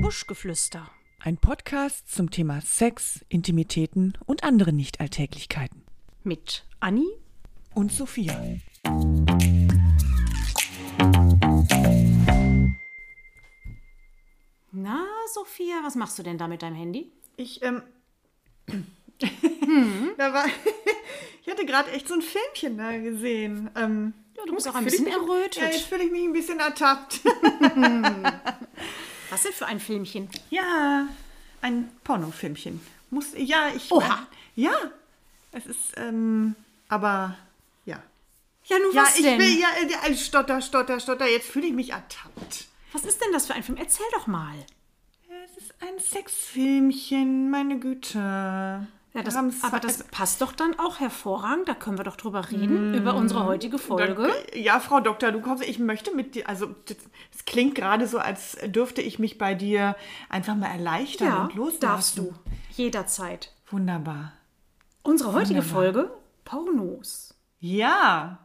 Couchgeflüster. Ein Podcast zum Thema Sex, Intimitäten und andere Nichtalltäglichkeiten. Mit Anni? Und Sophia. Na, Sophia, was machst du denn da mit deinem Handy? Ich, ähm, da war, ich hatte gerade echt so ein Filmchen da gesehen. Ähm, Ja, du bist auch jetzt ein fühl bisschen ich mich- Ja, jetzt errötet. fühle ich mich ein bisschen ertappt. Was denn für ein Filmchen? ja, ein Pornofilmchen. Muss, ja, ich. Oha. Ja, es ist, ähm, aber, ja. Ja, nun Ja, was ich denn? will, ja, äh, äh, stotter, stotter, stotter, jetzt fühle ich mich ertappt. Was ist denn das für ein Film? Erzähl doch mal. Es ist ein Sexfilmchen, meine Güte. Ja, das, Wir haben's- aber das passt doch dann auch hervorragend. Da können wir doch drüber reden, über unsere heutige Folge. Danke. Ja, Frau Doktor, du kommst, ich möchte mit dir, also das- es klingt gerade so, als dürfte ich mich bei dir einfach mal erleichtern Ja, und loslassen. darfst du. Jederzeit. Wunderbar. Unsere heutige Folge, Pornos. Ja.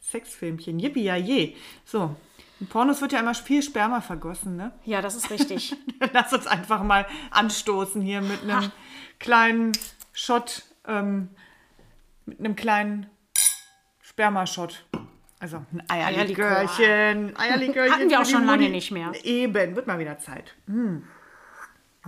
Sexfilmchen, yippie, ja, je. So, in Pornos wird ja immer viel Sperma vergossen, ne? Ja, das ist richtig. Lass uns einfach mal anstoßen hier mit einem kleinen Shot, ähm, mit einem kleinen Sperma-Shot. Also ein Eierlikörchen. Eierlikörchen. Ah. Hatten wir auch für die schon lange Mutti. nicht mehr. Eben, wird mal wieder Zeit.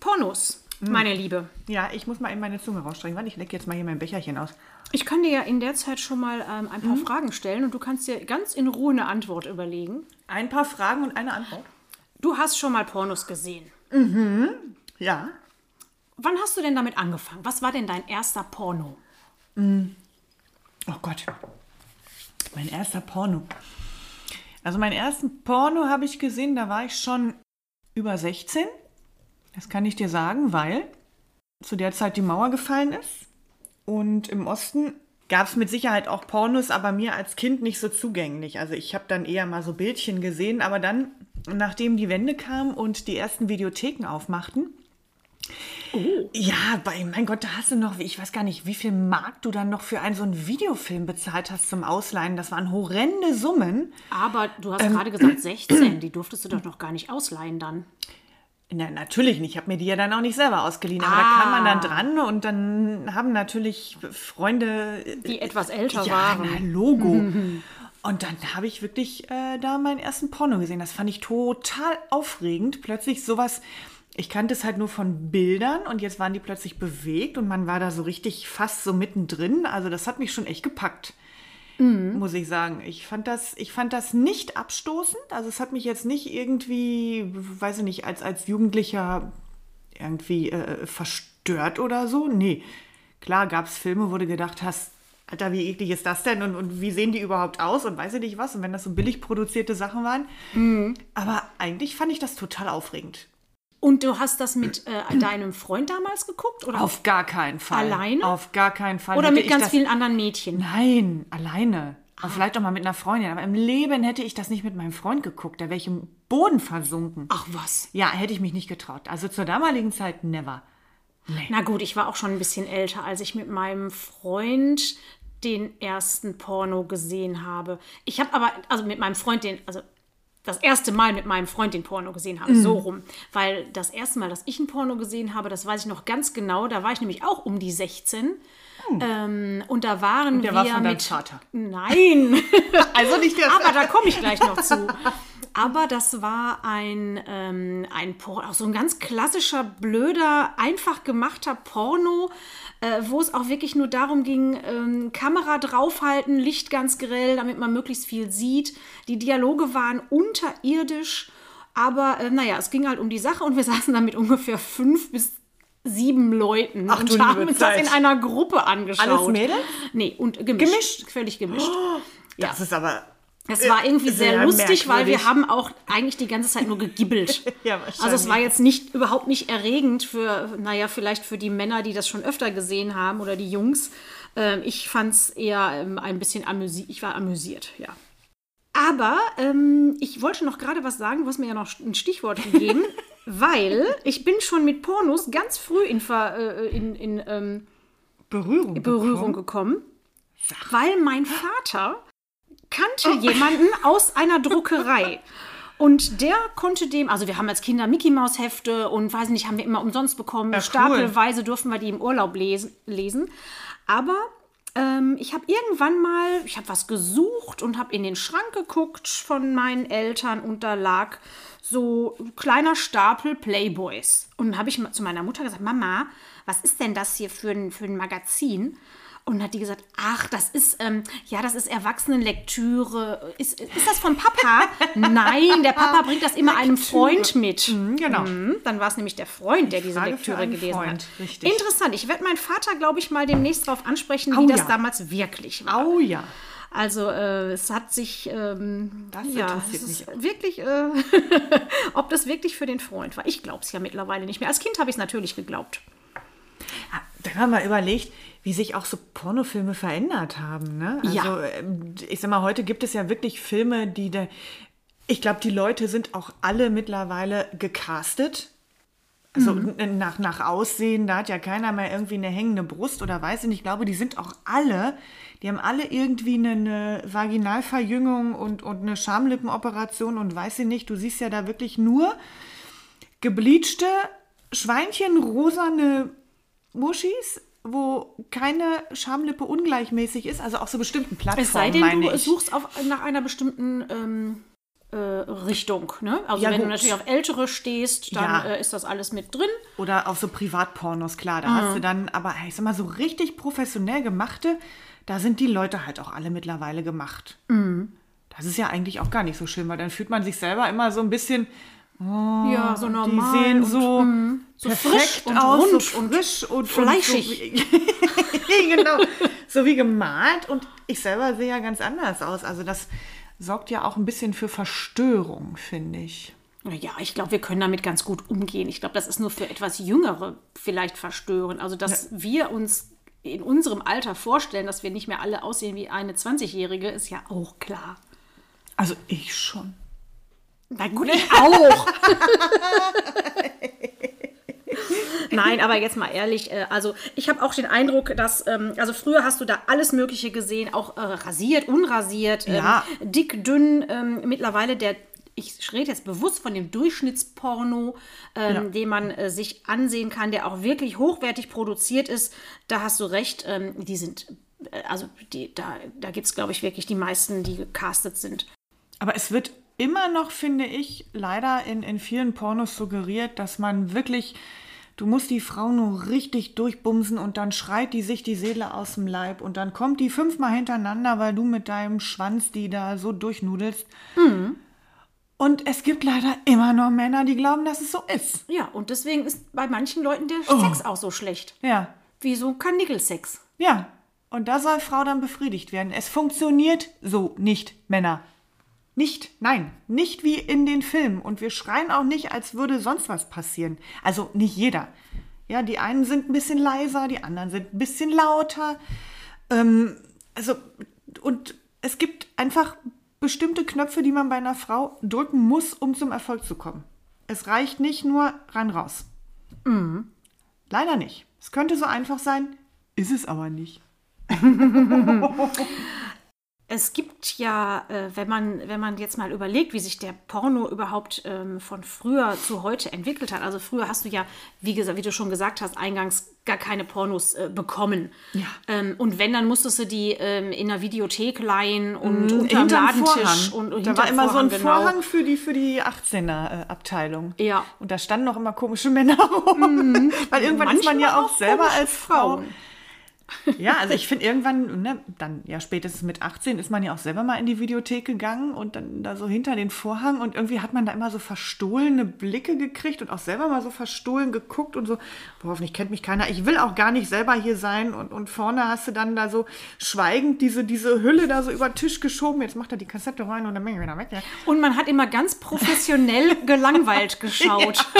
Pornos, meine Liebe. Ja, ich muss mal in meine Zunge rausstrecken. Warte, ich lecke jetzt mal hier mein Becherchen aus. Ich kann dir ja in der Zeit schon mal ähm, ein paar Fragen stellen und du kannst dir ganz in Ruhe eine Antwort überlegen. Ein paar Fragen und eine Antwort. Du hast schon mal Pornos gesehen. Ja. Wann hast du denn damit angefangen? Was war denn dein erster Porno? Oh Gott. Mein erster Porno. Also meinen ersten Porno habe ich gesehen, da war ich schon über 16. Das kann ich dir sagen, weil zu der Zeit die Mauer gefallen ist. Und im Osten gab es mit Sicherheit auch Pornos, aber mir als Kind nicht so zugänglich. Also ich habe dann eher mal so Bildchen gesehen, aber dann, nachdem die Wende kam und die ersten Videotheken aufmachten, ja, bei, mein Gott, da hast du noch, ich weiß gar nicht, wie viel Mark du dann noch für einen so einen Videofilm bezahlt hast zum Ausleihen. Das waren horrende Summen. Aber du Ähm, hast gerade gesagt 16, die durftest du doch noch gar nicht ausleihen dann. Na, natürlich nicht. Ich habe mir die ja dann auch nicht selber ausgeliehen. Aber da kam man dann dran und dann haben natürlich Freunde äh, Die etwas älter ja, waren. na, Logo. Und dann habe ich wirklich äh, da meinen ersten Porno gesehen. Das fand ich total aufregend. Plötzlich sowas, ich kannte es halt nur von Bildern und jetzt waren die plötzlich bewegt und man war da so richtig fast so mittendrin. Also das hat mich schon echt gepackt. Hm? Muss ich sagen. Ich fand, das, ich fand das nicht abstoßend. Also es hat mich jetzt nicht irgendwie, weiß ich nicht, als, als Jugendlicher irgendwie äh, verstört oder so. Nee. Klar gab es Filme, wo du gedacht hast, Alter, wie eklig ist das denn? Und, und wie sehen die überhaupt aus? Und weiß ich nicht was. Und wenn das so billig produzierte Sachen waren. Mhm. Aber eigentlich fand ich das total aufregend. Und du hast das mit äh, deinem Freund damals geguckt? Oder, Auf gar keinen Fall. Alleine? Auf gar keinen Fall. oder hätte mit ich ganz das- vielen anderen Mädchen? Nein, alleine. Und vielleicht auch mal mit einer Freundin. Aber im Leben hätte ich das nicht mit meinem Freund geguckt. Da wäre ich im Boden versunken. Ach was. Ja, hätte ich mich nicht getraut. Also zur damaligen Zeit never. Na gut, ich war auch schon ein bisschen älter, als ich mit meinem Freund den ersten Porno gesehen habe. Ich habe aber, also mit meinem Freund den, also das erste Mal mit meinem Freund den Porno gesehen Mhm. habe, so rum. Weil das erste Mal, dass ich ein Porno gesehen habe, das weiß ich noch ganz genau, da war ich nämlich auch um die 16. Ähm, und da waren Oh. der wir war von deinem mit Vater. Nein, Also nicht der aber da komme ich gleich noch zu. Aber das war ein, ähm, ein Por auch so ein ganz klassischer, blöder, einfach gemachter Porno, äh, wo es auch wirklich nur darum ging, ähm, Kamera draufhalten, Licht ganz grell, damit man möglichst viel sieht. Die Dialoge waren unterirdisch, aber äh, naja, es ging halt um die Sache und wir saßen da mit ungefähr fünf bis sieben Leuten Ach du und haben liebe uns Zeit. das in einer Gruppe angeschaut. Alles Mädels? Nee, und gemischt. Gemischt? Völlig gemischt. Das ist aber. Es war irgendwie sehr, Sehr lustig, weil wir merkwürdig. haben auch eigentlich die ganze Zeit nur gegibbelt. Ja, wahrscheinlich. also es war jetzt nicht überhaupt nicht erregend für, naja, vielleicht für die Männer, die das schon öfter gesehen haben oder die Jungs. Ähm, ich fand es eher ähm, ein bisschen amüsiert. Ich war amüsiert, ja. Aber ähm, ich wollte noch gerade was sagen, du hast mir ja noch ein Stichwort gegeben, weil ich bin schon mit Pornos ganz früh in, Ver, äh, in, in ähm, Berührung. Berührung gekommen, weil mein Vater kannte Oh. jemanden aus einer Druckerei. Und der konnte dem, also wir haben als Kinder Mickey Maus Hefte und weiß nicht, haben wir immer umsonst bekommen. cool. Stapelweise durften wir die im Urlaub lesen. lesen. Aber ähm, ich habe irgendwann mal, ich habe was gesucht und habe in den Schrank geguckt von meinen Eltern und da lag so ein kleiner Stapel Playboys. Und dann habe ich zu meiner Mutter gesagt, Mama, was ist denn das hier für ein, für ein Magazin? Und hat die gesagt, ach, das ist, ähm, ja, das ist Erwachsenenlektüre. Ist, ist das von Papa? Nein, der Papa bringt das immer einem Freund mit. genau. Mhm, dann war es nämlich der Freund, der diese Frage für Lektüre einen gelesen Freund, hat. richtig. Interessant. Ich werde meinen Vater, glaube ich, mal demnächst darauf ansprechen, wie Oh das ja. damals wirklich war. Oh ja. Also äh, es hat sich ähm, Das ja, interessiert es ist mich wirklich, äh, ob das wirklich für den Freund war. Ich glaube es ja mittlerweile nicht mehr. Als Kind habe ich es natürlich geglaubt. Ah, Dann haben wir überlegt, wie sich auch so Pornofilme verändert haben. Ne? Also, Ja. ähm, ich sag mal, heute gibt es ja wirklich Filme, die. Da, ich glaube, die Leute sind auch alle mittlerweile gecastet. Also n- nach, nach Aussehen, da hat ja keiner mehr irgendwie eine hängende Brust oder weiß ich nicht. Ich glaube, die sind auch alle, die haben alle irgendwie eine, eine Vaginalverjüngung und, und eine Schamlippenoperation und weiß ich nicht. Du siehst ja da wirklich nur gebleachte Schweinchen, rosane Muschis, wo keine Schamlippe ungleichmäßig ist, also auf so bestimmten Plattformen. Es sei denn, meine du ich. suchst auf, nach einer bestimmten ähm, äh, Richtung. Ne? Also Ja, wenn du gut. natürlich auf Ältere stehst, dann Ja. äh, ist das alles mit drin. Oder auf so Privatpornos, klar, Ah. da hast du dann, aber ich sag mal, so richtig professionell gemachte, da sind die Leute halt auch alle mittlerweile gemacht. Mhm. Das ist ja eigentlich auch gar nicht so schön, weil dann fühlt man sich selber immer so ein bisschen, ja, so normal. Oh, die sehen so so mm, perfekt frisch und aus, rund so und frisch und, und fleischig. So wie, genau, so wie gemalt und ich selber sehe ja ganz anders aus. Also das sorgt ja auch ein bisschen für Verstörung, finde ich. Ja, ich glaube, wir können damit ganz gut umgehen. Ich glaube, das ist nur für etwas Jüngere vielleicht verstörend. Also, dass wir uns in unserem Alter vorstellen, dass wir nicht mehr alle aussehen wie eine 20-Jährige, ist ja auch klar. Also ich schon. Na gut, ich auch. Nein, aber jetzt mal ehrlich, äh, also ich habe auch den Eindruck, dass, ähm, also früher hast du da alles Mögliche gesehen, auch äh, rasiert, unrasiert, ähm, Ja. dick, dünn, ähm, mittlerweile der, ich rede jetzt bewusst von dem Durchschnittsporno, ähm, den man äh, sich ansehen kann, der auch wirklich hochwertig produziert ist, da hast du recht, ähm, die sind, äh, also die, da, da gibt es, glaube ich, wirklich die meisten, die gecastet sind. Aber es wird immer noch, finde ich, leider in, in vielen Pornos suggeriert, dass man wirklich, du musst die Frau nur richtig durchbumsen und dann schreit die sich die Seele aus dem Leib und dann kommt die fünfmal hintereinander, weil du mit deinem Schwanz die da so durchnudelst. Und es gibt leider immer noch Männer, die glauben, dass es so ist. Ja, und deswegen ist bei manchen Leuten der Oh. Sex auch so schlecht. Ja, Wie so Kanickelsex. ja. Und da soll Frau dann befriedigt werden. Es funktioniert so nicht, Männer. Nicht, nein, nicht wie in den Filmen. Und wir schreien auch nicht, als würde sonst was passieren. Also nicht jeder. Ja, die einen sind ein bisschen leiser, die anderen sind ein bisschen lauter. Ähm, also, und es gibt einfach bestimmte Knöpfe, die man bei einer Frau drücken muss, um zum Erfolg zu kommen. Es reicht nicht nur rein raus. Leider nicht. Es könnte so einfach sein, ist es aber nicht. Es gibt ja, äh, wenn, man, wenn man jetzt mal überlegt, wie sich der Porno überhaupt ähm, von früher zu heute entwickelt hat. Also früher hast du ja, wie, gesagt, wie du schon gesagt hast, eingangs gar keine Pornos äh, bekommen. Ja. Ähm, und wenn, dann musstest du die ähm, in der Videothek leihen und unterm Mhm, Hinterm Ladentisch. Vorhang. Und, und da war hinterm immer so ein genau. Vorhang für die, für die 18er-Abteilung. Ja. Mhm. Und da standen noch immer komische Männer rum. Weil irgendwann ist man ja Manchmal auch selber komische als Frau. Frauen. Ja, also ich finde irgendwann, ne, dann ja spätestens mit 18 ist man ja auch selber mal in die Videothek gegangen und dann da so hinter den Vorhang und irgendwie hat man da immer so verstohlene Blicke gekriegt und auch selber mal so verstohlen geguckt und so, boah, hoffentlich kennt mich keiner, ich will auch gar nicht selber hier sein und, und vorne hast du dann da so schweigend diese, diese Hülle da so über den Tisch geschoben, jetzt macht er die Kassette rein und dann bin ich wieder weg. Ja. Und man hat immer ganz professionell gelangweilt geschaut.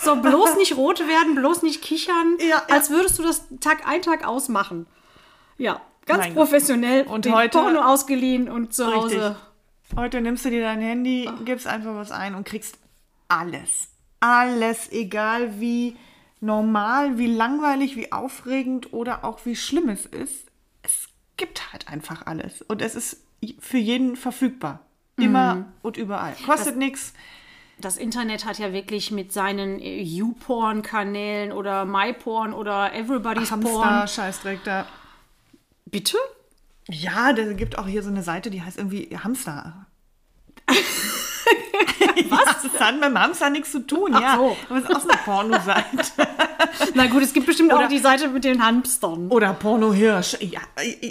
so, bloß nicht rot werden, bloß nicht kichern, Ja, ja. als würdest du das Tag ein, Tag ausmachen. Ja, ganz Mein Gott. professionell. Und den heute- Porno ausgeliehen und zu Richtig. Hause. Heute nimmst du dir dein Handy, Ah. gibst einfach was ein und kriegst alles. Alles, egal wie normal, wie langweilig, wie aufregend oder auch wie schlimm es ist. Es gibt halt einfach alles. Und es ist für jeden verfügbar. Immer Mhm. und überall. Kostet nichts. Das Internet hat ja wirklich mit seinen äh, YouPorn-Kanälen oder MyPorn oder Everybody's Hamster, Porn. Scheißdreck da. Bitte? Ja, da gibt auch hier so eine Seite, die heißt irgendwie Hamster. Was? Das hat mit dem Hamster nichts zu tun, Ach ja. so. Aber es ist auch so eine Porno-Seite. Na gut, es gibt bestimmt Oder- auch die Seite mit den Hamstern. Oder Pornohirsch. Ja,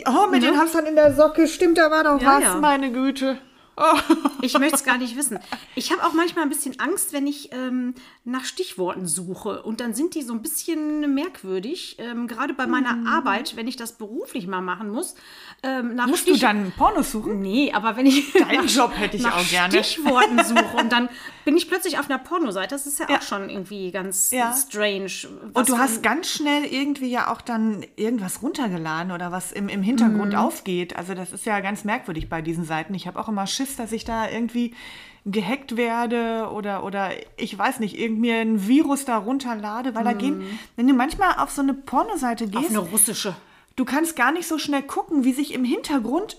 oh, mit den Hamstern in der Socke. Stimmt, da war doch Ja, was, ja. meine Güte. Oh. Ich möchte es gar nicht wissen. Ich habe auch manchmal ein bisschen Angst, wenn ich ähm, nach Stichworten suche. Und dann sind die so ein bisschen merkwürdig. Ähm, gerade bei meiner Mhm. Arbeit, wenn ich das beruflich mal machen muss. Ähm, nach Musst Stich- du dann Pornos suchen? Nee, aber wenn ich. Deinen Job hätte ich nach auch gerne. Stichworten suche und dann bin ich plötzlich auf einer Pornoseite. Das ist ja, Ja. auch schon irgendwie ganz Ja. strange. Was Und du für- hast ganz schnell irgendwie ja auch dann irgendwas runtergeladen oder was im, im Hintergrund aufgeht. Also das ist ja ganz merkwürdig bei diesen Seiten. Ich habe auch immer Schiss, dass ich da irgendwie gehackt werde oder, oder ich weiß nicht, irgendwie ein Virus da runterlade, weil da gehen, wenn du manchmal auf so Mhm. eine Pornoseite auf gehst, eine russische. du kannst gar nicht so schnell gucken, wie sich im Hintergrund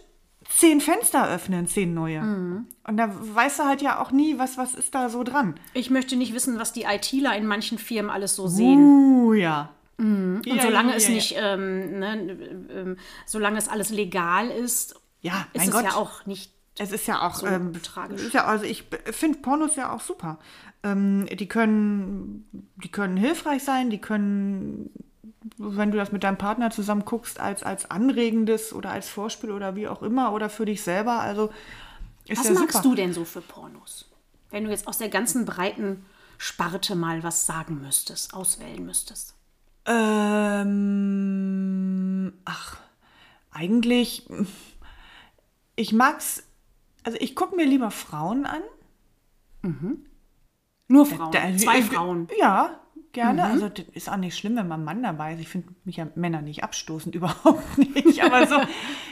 zehn Fenster öffnen, zehn neue. Mhm. Und da weißt du halt ja auch nie, was, was ist da so dran. Ich möchte nicht wissen, was die ITler in manchen Firmen alles so sehen. Uh, Mhm. ja. Und solange es nicht, ähm, ne, ähm, solange es alles legal ist, Ja, ist mein es Gott. ja auch nicht. Es ist ja auch ähm, tragisch. Ist ja, also ich b- finde Pornos ja auch super. Ähm, die können, die können hilfreich sein, die können, wenn du das mit deinem Partner zusammen guckst, als, als anregendes oder als Vorspiel oder wie auch immer oder für dich selber. Also ist Was ja magst super. du denn so für Pornos? Wenn du jetzt aus der ganzen breiten Sparte mal was sagen müsstest, auswählen müsstest. Ähm, ach, eigentlich, ich mag's, also ich gucke mir lieber Frauen an. Nur Frauen, Da- zwei äh, Frauen. Mhm. Ja, gerne. Also das ist auch nicht schlimm, wenn mal ein Mann dabei ist. Ich finde mich ja Männer nicht abstoßend, überhaupt nicht. Aber so,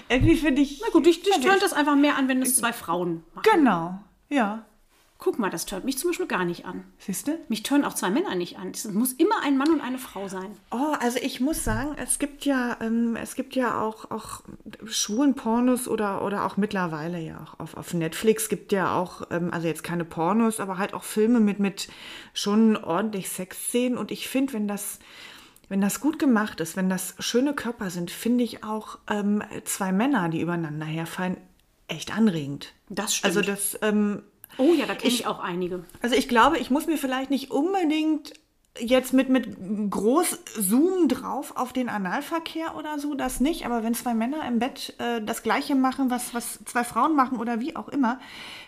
irgendwie finde ich. Na gut, dich, dich also tönt das einfach mehr an, wenn es zwei Frauen machen. Genau, ja. Guck mal, das tönt mich zum Beispiel gar nicht an. Siehst du? Mich tönt auch zwei Männer nicht an. Es muss immer ein Mann und eine Frau sein. Oh, also ich muss sagen, es gibt ja, ähm, es gibt ja auch, auch schwulen Pornos oder, oder auch mittlerweile ja auch auf, auf Netflix gibt ja auch, ähm, also jetzt keine Pornos, aber halt auch Filme mit, mit schon ordentlich Sexszenen. Und ich finde, wenn das, wenn das gut gemacht ist, wenn das schöne Körper sind, finde ich auch ähm, zwei Männer, die übereinander herfallen, echt anregend. Das stimmt. Also das, ähm, Oh ja, da kenne ich auch einige. also ich glaube, ich muss mir vielleicht nicht unbedingt jetzt mit, mit groß Zoom drauf auf den Analverkehr oder so, das nicht. Aber wenn zwei Männer im Bett äh, das Gleiche machen, was, was zwei Frauen machen oder wie auch immer,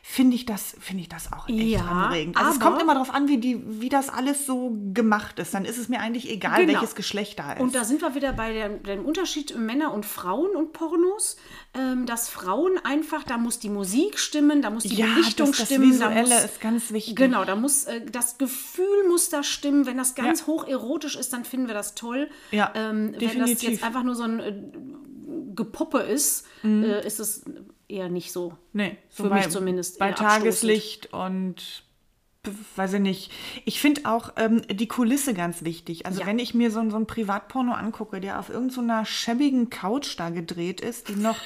finde ich, das, finde ich das auch echt Ja, anregend. Also es aber- kommt immer darauf an, wie, die, wie das alles so gemacht ist. Dann ist es mir eigentlich egal, Genau. welches Geschlecht da ist. Und da sind wir wieder bei dem, dem Unterschied Männer und Frauen und Pornos, ähm, dass Frauen einfach, da muss die Musik stimmen, da muss die Ja, Belichtung das- das stimmen. Visuelle da muss, ist ganz wichtig. Genau, da muss äh, das Gefühl muss da stimmen. Wenn das ganz Ja. hoch erotisch ist, dann finden wir das toll. Ja, ähm, wenn das definitiv. Mhm. jetzt einfach nur so ein äh, Gepoppe ist, äh, ist es eher nicht so. Nee, Für mich zumindest Bei eher abstoßend. Tageslicht und p- weiß ich nicht. Ich finde auch ähm, die Kulisse ganz wichtig. Also Ja. wenn ich mir so, ein- so ein Privatporno angucke, der auf irgendeiner schäbigen Couch da gedreht ist, die noch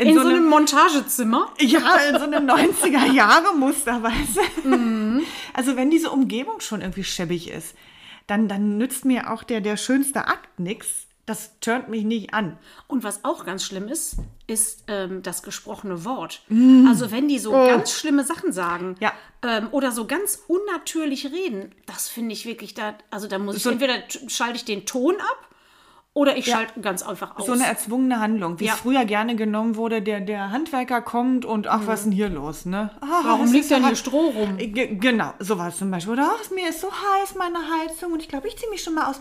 in, In so, so einem einem Montagezimmer. ja, in so einem 90er Jahre Muster, weißt du? Mhm. Also wenn diese Umgebung schon irgendwie schäbig ist, dann, dann nützt mir auch der, der schönste Akt nichts. Das turnt mich nicht an. Und was auch ganz schlimm ist, ist ähm, das gesprochene Wort. Also wenn die so ganz schlimme Sachen sagen Mm. Oh. Ja. ähm, oder so ganz unnatürlich reden, das finde ich wirklich da. Also da muss ich So- entweder t- schalte ich den Ton ab oder ich schalte ganz einfach aus. So eine erzwungene Handlung, wie Ja. es früher gerne genommen wurde, der, der Handwerker kommt und ach, was ist denn hier los, ne? Ah, Warum es liegt ist denn hier hart. Stroh rum? Ge- Genau, sowas zum Beispiel. Oder ach, mir ist so heiß, meine Heizung und ich glaube, ich ziehe mich schon mal aus.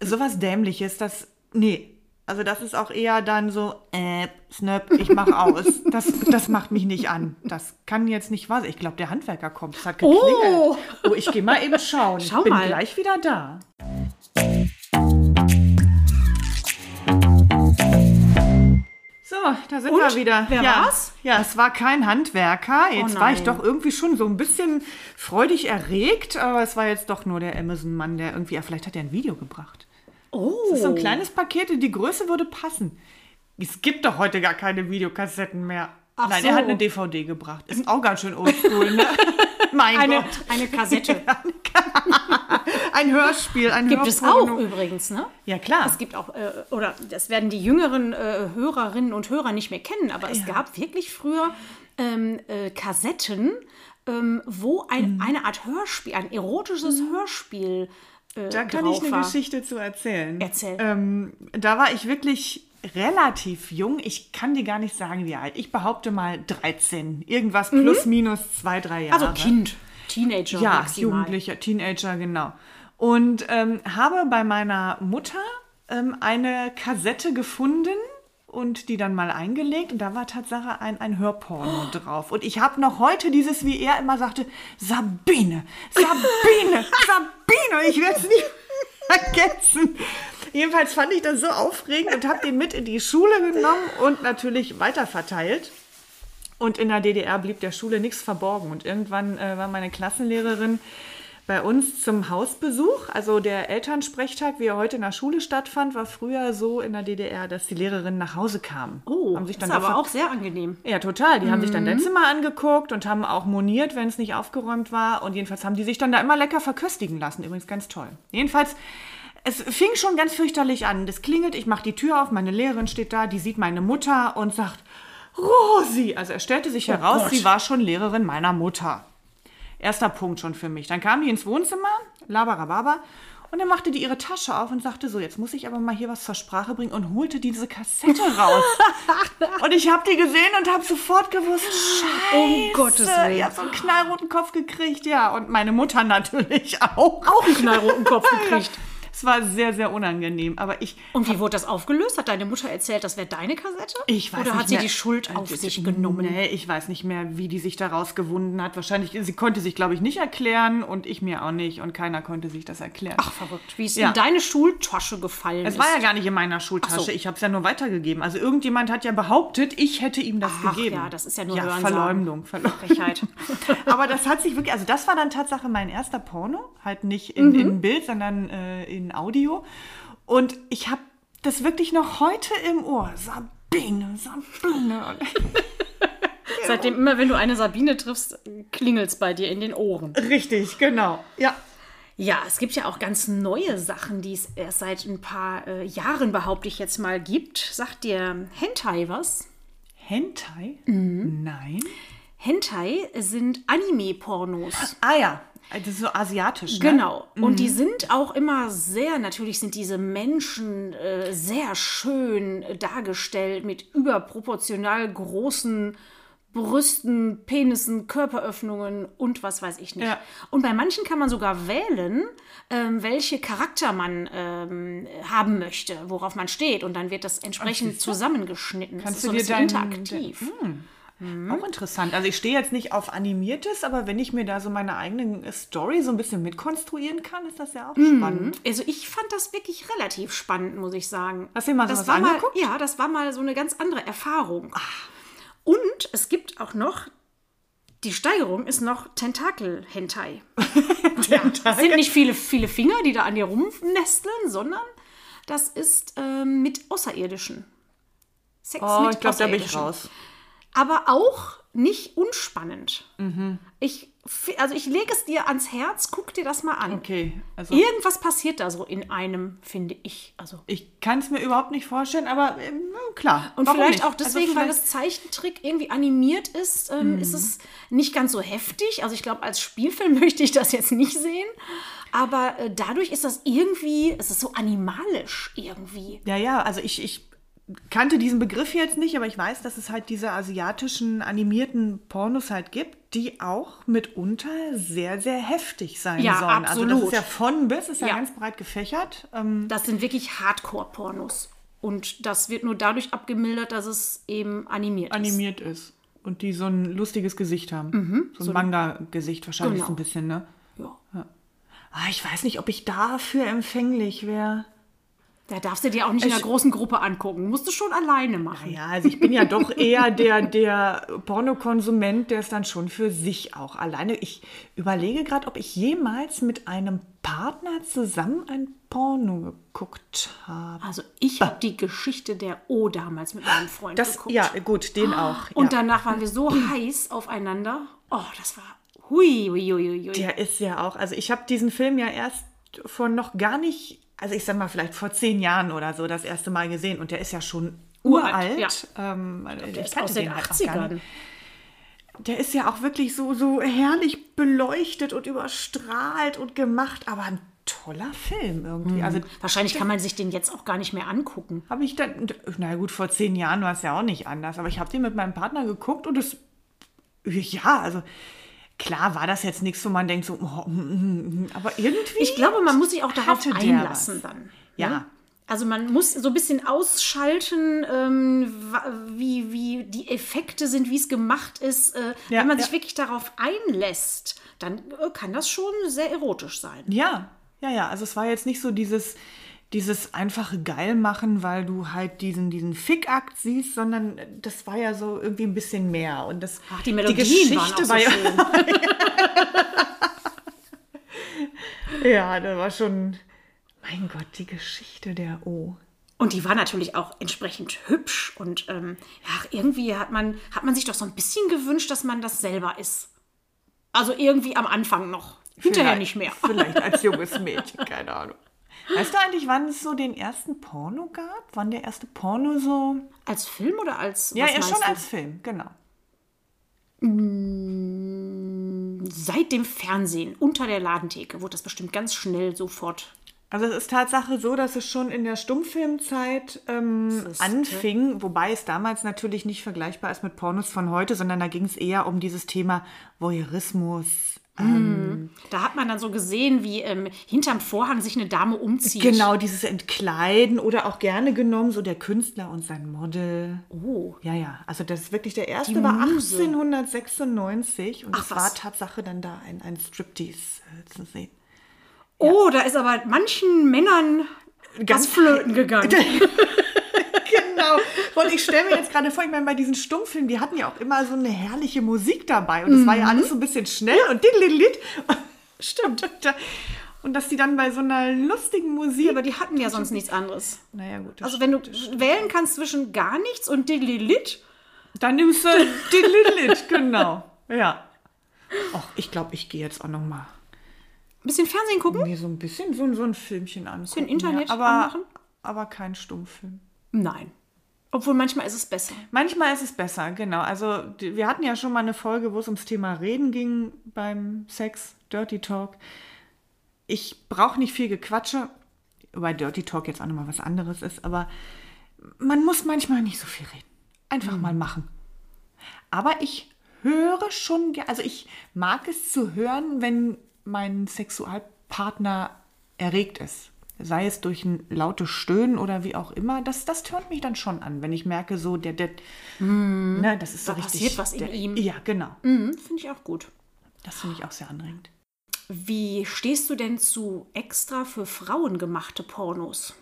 Sowas Dämliches, das, nee. Also das ist auch eher dann so, äh, snap, ich mach aus. Das, das macht mich nicht an. Das kann jetzt nicht wahr sein. Ich glaube, der Handwerker kommt. Es hat geklingelt. Oh. Oh, ich gehe mal eben schauen. Schau ich bin mal. gleich wieder da. So, da sind Und? wir wieder. Wer ja. war's? Oh Ja, es war kein Handwerker. Jetzt war ich nein. doch irgendwie schon so ein bisschen freudig erregt, aber es war jetzt doch nur der Amazon-Mann, der irgendwie, ja, vielleicht hat er ein Video gebracht. oh, Das ist so ein kleines Paket, die Größe würde passen. es gibt doch heute gar keine Videokassetten mehr. Ach Nein, so. er hat eine DVD gebracht. Ist auch ganz schön oldschool, ne? mein Eine, Gott. eine Kassette. Ein Hörspiel, ein Gibt es auch Hörporno. übrigens, ne? Ja, klar. Es gibt auch, äh, oder das werden die jüngeren äh, Hörerinnen und Hörer nicht mehr kennen, aber es gab wirklich früher ähm, äh, Kassetten, ähm, wo Mhm. ein, eine Art Hörspiel, ein erotisches Hörspiel äh, Da kann drauf ich eine war. Geschichte zu erzählen. Erzähl. Ähm, da war ich wirklich relativ jung. Ich kann dir gar nicht sagen, wie alt. Ich behaupte mal 13. Irgendwas plus minus zwei, drei Jahre. Also Kind, Teenager ja, maximal. Jugendlicher, Teenager, genau. Und ähm, habe bei meiner Mutter ähm, eine Kassette gefunden und die dann mal eingelegt und da war Tatsache ein, ein Hörporno Oh. drauf. Und ich habe noch heute dieses, wie er immer sagte, Sabine, Sabine, Sabine, ich werde es nicht vergessen. Jedenfalls fand ich das so aufregend und habe den mit in die Schule genommen und natürlich weiterverteilt. Und in der DDR blieb der Schule nichts verborgen. Und irgendwann äh, war meine Klassenlehrerin bei uns zum Hausbesuch. Also der Elternsprechtag, wie er heute in der Schule stattfand, war früher so in der DDR, dass die Lehrerinnen nach Hause kamen. Oh, haben sich dann ist aber davon- auch sehr angenehm. ja, total. Die haben sich dann dein Zimmer angeguckt und haben auch moniert, wenn es nicht aufgeräumt war. Und jedenfalls haben die sich dann da immer lecker verköstigen lassen. Übrigens ganz toll. Jedenfalls, es fing schon ganz fürchterlich an. Das klingelt, ich mache die Tür auf, meine Lehrerin steht da, die sieht meine Mutter und sagt, Rosi. Also er stellte sich heraus, sie war schon Lehrerin meiner Mutter. Erster Punkt schon für mich. Dann kam die ins Wohnzimmer, labarababa, und dann machte die ihre Tasche auf und sagte so, jetzt muss ich aber mal hier was zur Sprache bringen und holte diese Kassette raus. und ich habe die gesehen und habe sofort gewusst, scheiße. Um Gottes Willen. Ich habe so einen knallroten Kopf gekriegt, ja. Und meine Mutter natürlich auch. Auch einen knallroten Kopf gekriegt. Es war sehr, sehr unangenehm, aber ich... Und wie wurde das aufgelöst? Hat deine Mutter erzählt, das wäre deine Kassette? Ich weiß Oder nicht hat sie mehr. die Schuld auf Äh, sich genommen? Nee, ich weiß nicht mehr, wie die sich daraus gewunden hat. Wahrscheinlich, sie konnte sich, glaube ich, nicht erklären und ich mir auch nicht und keiner konnte sich das erklären. Ach, verrückt. Wie es Ja. in deine Schultasche gefallen Es ist. war ja gar nicht in meiner Schultasche. Ach so. Ich habe es ja nur weitergegeben. Also irgendjemand hat ja behauptet, ich hätte ihm das Ach gegeben. ja, das ist ja nur ja, Hörensagen. Verleumdung. Verleumdung. Frechheit. Aber das hat sich wirklich, also das war dann Tatsache mein erster Porno, halt nicht in, in Bild, sondern äh, in Audio. Und ich habe das wirklich noch heute im Ohr. Sabine, Sabine. Seitdem immer, wenn du eine Sabine triffst, klingelt's bei dir in den Ohren. Richtig, genau. Ja. Ja, es gibt ja auch ganz neue Sachen, die es erst seit ein paar äh, Jahren, behaupte ich jetzt mal, gibt. Sagt dir Hentai was? Hentai? Nein. Hentai sind Anime-Pornos. Ah ja, das ist so asiatisch. Ne? Genau. Und die sind auch immer sehr, natürlich sind diese Menschen äh, sehr schön äh, dargestellt mit überproportional großen Brüsten, Penissen, Körperöffnungen und was weiß ich nicht. Ja. Und bei manchen kann man sogar wählen, ähm, welche Charakter man ähm, haben möchte, worauf man steht. Und dann wird das entsprechend zusammengeschnitten. Kannst das du dir ist so ein bisschen deinen- Hm? interaktiv. Auch interessant. Also ich stehe jetzt nicht auf animiertes, aber wenn ich mir da so meine eigene äh, Story so ein bisschen mitkonstruieren kann, ist das ja auch spannend. Also ich fand das wirklich relativ spannend, muss ich sagen. Hast du dir mal das sowas war mal, angeguckt? Ah. Ja, das war mal so eine ganz andere Erfahrung. Und es gibt auch noch, die Steigerung ist noch Tentakel-Hentai. Es sind nicht viele, viele Finger, die da an dir rumnesteln, sondern das ist ähm, mit Außerirdischen. Sex Oh, mit ich glaube, da bin ich Außerirdischen raus. aber auch nicht unspannend. Mhm. Ich, f- also ich lege es dir ans Herz, guck dir das mal an. Okay, also- Irgendwas passiert da so in einem, finde ich. Also. Ich kann es mir überhaupt nicht vorstellen, aber ähm, klar. Und warum vielleicht nicht? auch deswegen, also Mhm. weil das Zeichentrick irgendwie animiert ist, ähm, ist es nicht ganz so heftig. Also ich glaube, als Spielfilm möchte ich das jetzt nicht sehen. Aber äh, dadurch ist das irgendwie, es ist so animalisch irgendwie. Ja, ja, also ich, ich kannte diesen Begriff jetzt nicht, aber ich weiß, dass es halt diese asiatischen animierten Pornos halt gibt, die auch mitunter sehr, sehr heftig sein Ja, sollen. Also das absolut. ist ja von bis, ist ja, Ja. ganz breit gefächert. Ähm, Das sind wirklich Hardcore-Pornos. Und das wird nur dadurch abgemildert, dass es eben animiert ist. animiert ist. Und die so ein lustiges Gesicht haben. So ein Manga-Gesicht wahrscheinlich Mhm, Genau. so ein bisschen, ne? Ja. Ah, ich weiß nicht, ob ich dafür empfänglich wäre. Da darfst du dir auch nicht in einer großen Gruppe angucken. Musst du schon alleine machen. Ja, also ich bin ja doch eher der, der Pornokonsument, der es dann schon für sich auch alleine. Ich überlege gerade, ob ich jemals mit einem Partner zusammen ein Porno geguckt habe. Also ich habe die Geschichte der O damals mit meinem Freund Das, geguckt. ja, gut, den auch. Und ja. danach waren wir so heiß aufeinander. Oh, das war hui, hui, hui, hui. hui. Der ist ja auch, also ich habe diesen Film ja erst vor noch gar nicht, also ich sag mal vielleicht vor zehn Jahren oder so das erste Mal gesehen und der ist ja schon Uralt, uralt. ja. Ähm, Der ich ist kannte aus den den halt auch gar 80ern. nicht. Der ist ja auch wirklich so, so herrlich beleuchtet und überstrahlt und gemacht, aber ein toller Film Mhm. irgendwie. Also Wahrscheinlich kann man sich den jetzt auch gar nicht mehr angucken. habe ich dann, na gut, vor zehn Jahren war es ja auch nicht anders, aber ich habe den mit meinem Partner geguckt und es, ja, also klar war das jetzt nichts, wo man denkt so, oh, mm, mm, mm, aber irgendwie. Ich glaube, man muss sich auch darauf hatte der einlassen was. dann. ne? Ja. Also man muss so ein bisschen ausschalten, ähm, wa- wie, wie die Effekte sind, wie es gemacht ist. Äh, Ja, Wenn man sich ja. wirklich darauf einlässt, dann äh, kann das schon sehr erotisch sein. Ja, ja, ja. Also es war jetzt nicht so dieses, dieses einfache Geil machen, weil du halt diesen, diesen Fickakt siehst, sondern das war ja so irgendwie ein bisschen mehr. Und das, Ach, die Melodien waren auch so ja. schön. Ja, das war schon. Mein Gott, die Geschichte der O. Und die war natürlich auch entsprechend hübsch und ähm, ja, irgendwie hat man, hat man sich doch so ein bisschen gewünscht, dass man das selber ist. Also irgendwie am Anfang noch. Hinterher nicht Vielleicht- mehr. Vielleicht als junges Mädchen, keine Ahnung. Weißt du eigentlich, wann es so den ersten Porno gab? Wann der erste Porno so. Als Film oder als Ja, was ja, meinst schon du? als Film, genau. seit dem Fernsehen unter der Ladentheke wurde das bestimmt ganz schnell sofort. Also es ist Tatsache so, dass es schon in der Stummfilmzeit ähm, Siehste. anfing, wobei es damals natürlich nicht vergleichbar ist mit Pornos von heute, sondern da ging es eher um dieses Thema Voyeurismus. Da hat man dann so gesehen, wie ähm, hinterm Vorhang sich eine Dame umzieht. Genau, dieses Entkleiden oder auch gerne genommen, so der Künstler und sein Model. Oh. Ja, ja, also das ist wirklich der erste Die war Muse. 1896 und Ach, es was. war Tatsache dann da ein, ein Striptease äh, zu sehen. Oh, da ist aber manchen Männern Ganz ganz flöten gegangen. Genau. Und ich stelle mir jetzt gerade vor, ich meine, bei diesen Stummfilmen, die hatten ja auch immer so eine herrliche Musik dabei. Und es war Mhm. ja alles so ein bisschen schnell und diddlididd. Stimmt. Und dass die dann bei so einer lustigen Musik. aber die hatten ja sonst nichts anderes. naja, gut. Also wenn du wählen kannst zwischen gar nichts und Dililit, dann nimmst du diddlididd, genau. Ja. Och, ich glaube, ich gehe jetzt auch noch mal ein bisschen Fernsehen gucken? mir so ein bisschen so, ein- so ein Filmchen an. Bisschen Internet ja, aber, anmachen? Aber kein Stummfilm. Nein. Obwohl manchmal ist es besser. Manchmal ist es besser, genau. Also die- wir hatten ja schon mal eine Folge, wo es ums Thema Reden ging beim Sex, Dirty Talk. Ich brauche nicht viel Gequatsche, wobei Dirty Talk jetzt auch nochmal was anderes ist, aber man muss manchmal nicht so viel reden. Einfach Mhm. mal machen. Aber ich höre schon, ge- also ich mag es zu hören, wenn mein Sexualpartner erregt ist. Sei es durch ein lautes Stöhnen oder wie auch immer, das, das tönt mich dann schon an, wenn ich merke, so der, der, ne, das ist so Mhm. Da richtig. passiert was in der, ihm. Ja, genau. Mhm, Finde ich auch gut. Das finde ich auch sehr anregend. Wie stehst du denn zu extra für Frauen gemachte Pornos?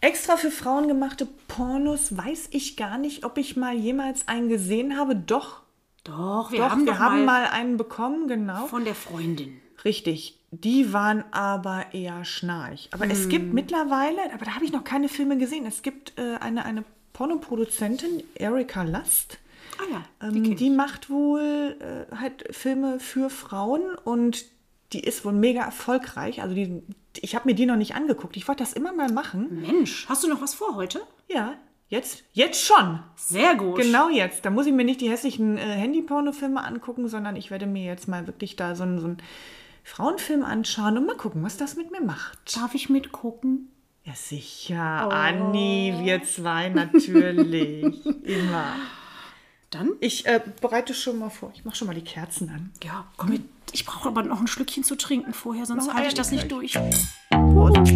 Extra für Frauen gemachte Pornos weiß ich gar nicht, ob ich mal jemals einen gesehen habe. Doch, Doch, wir doch, haben wir doch haben mal mal einen bekommen, genau. von der Freundin. Richtig. Die waren aber eher schnarch. Aber es Hm. gibt mittlerweile, aber da habe ich noch keine Filme gesehen, es gibt äh, eine, eine Pornoproduzentin, Erika Lust. Ah ja, die Ähm, kenn die macht wohl äh, halt Filme für Frauen und die ist wohl mega erfolgreich. Also die, ich habe mir die noch nicht angeguckt. Ich wollte das immer mal machen. ich. Mensch, hast du noch was vor heute? Ja, jetzt, jetzt schon. Sehr gut. Genau jetzt. Da muss ich mir nicht die hässlichen äh, Handy-Porno-Filme angucken, sondern ich werde mir jetzt mal wirklich da so einen, so einen Frauenfilm anschauen und mal gucken, was das mit mir macht. Darf ich mitgucken? Ja, sicher. Anni, wir zwei natürlich. Immer. Dann? Ich äh, bereite schon mal vor. Ich mache schon mal die Kerzen an. Ja, komm mit. Ich brauche aber noch ein Schlückchen zu trinken vorher, sonst halte ich das nicht durch. Prost.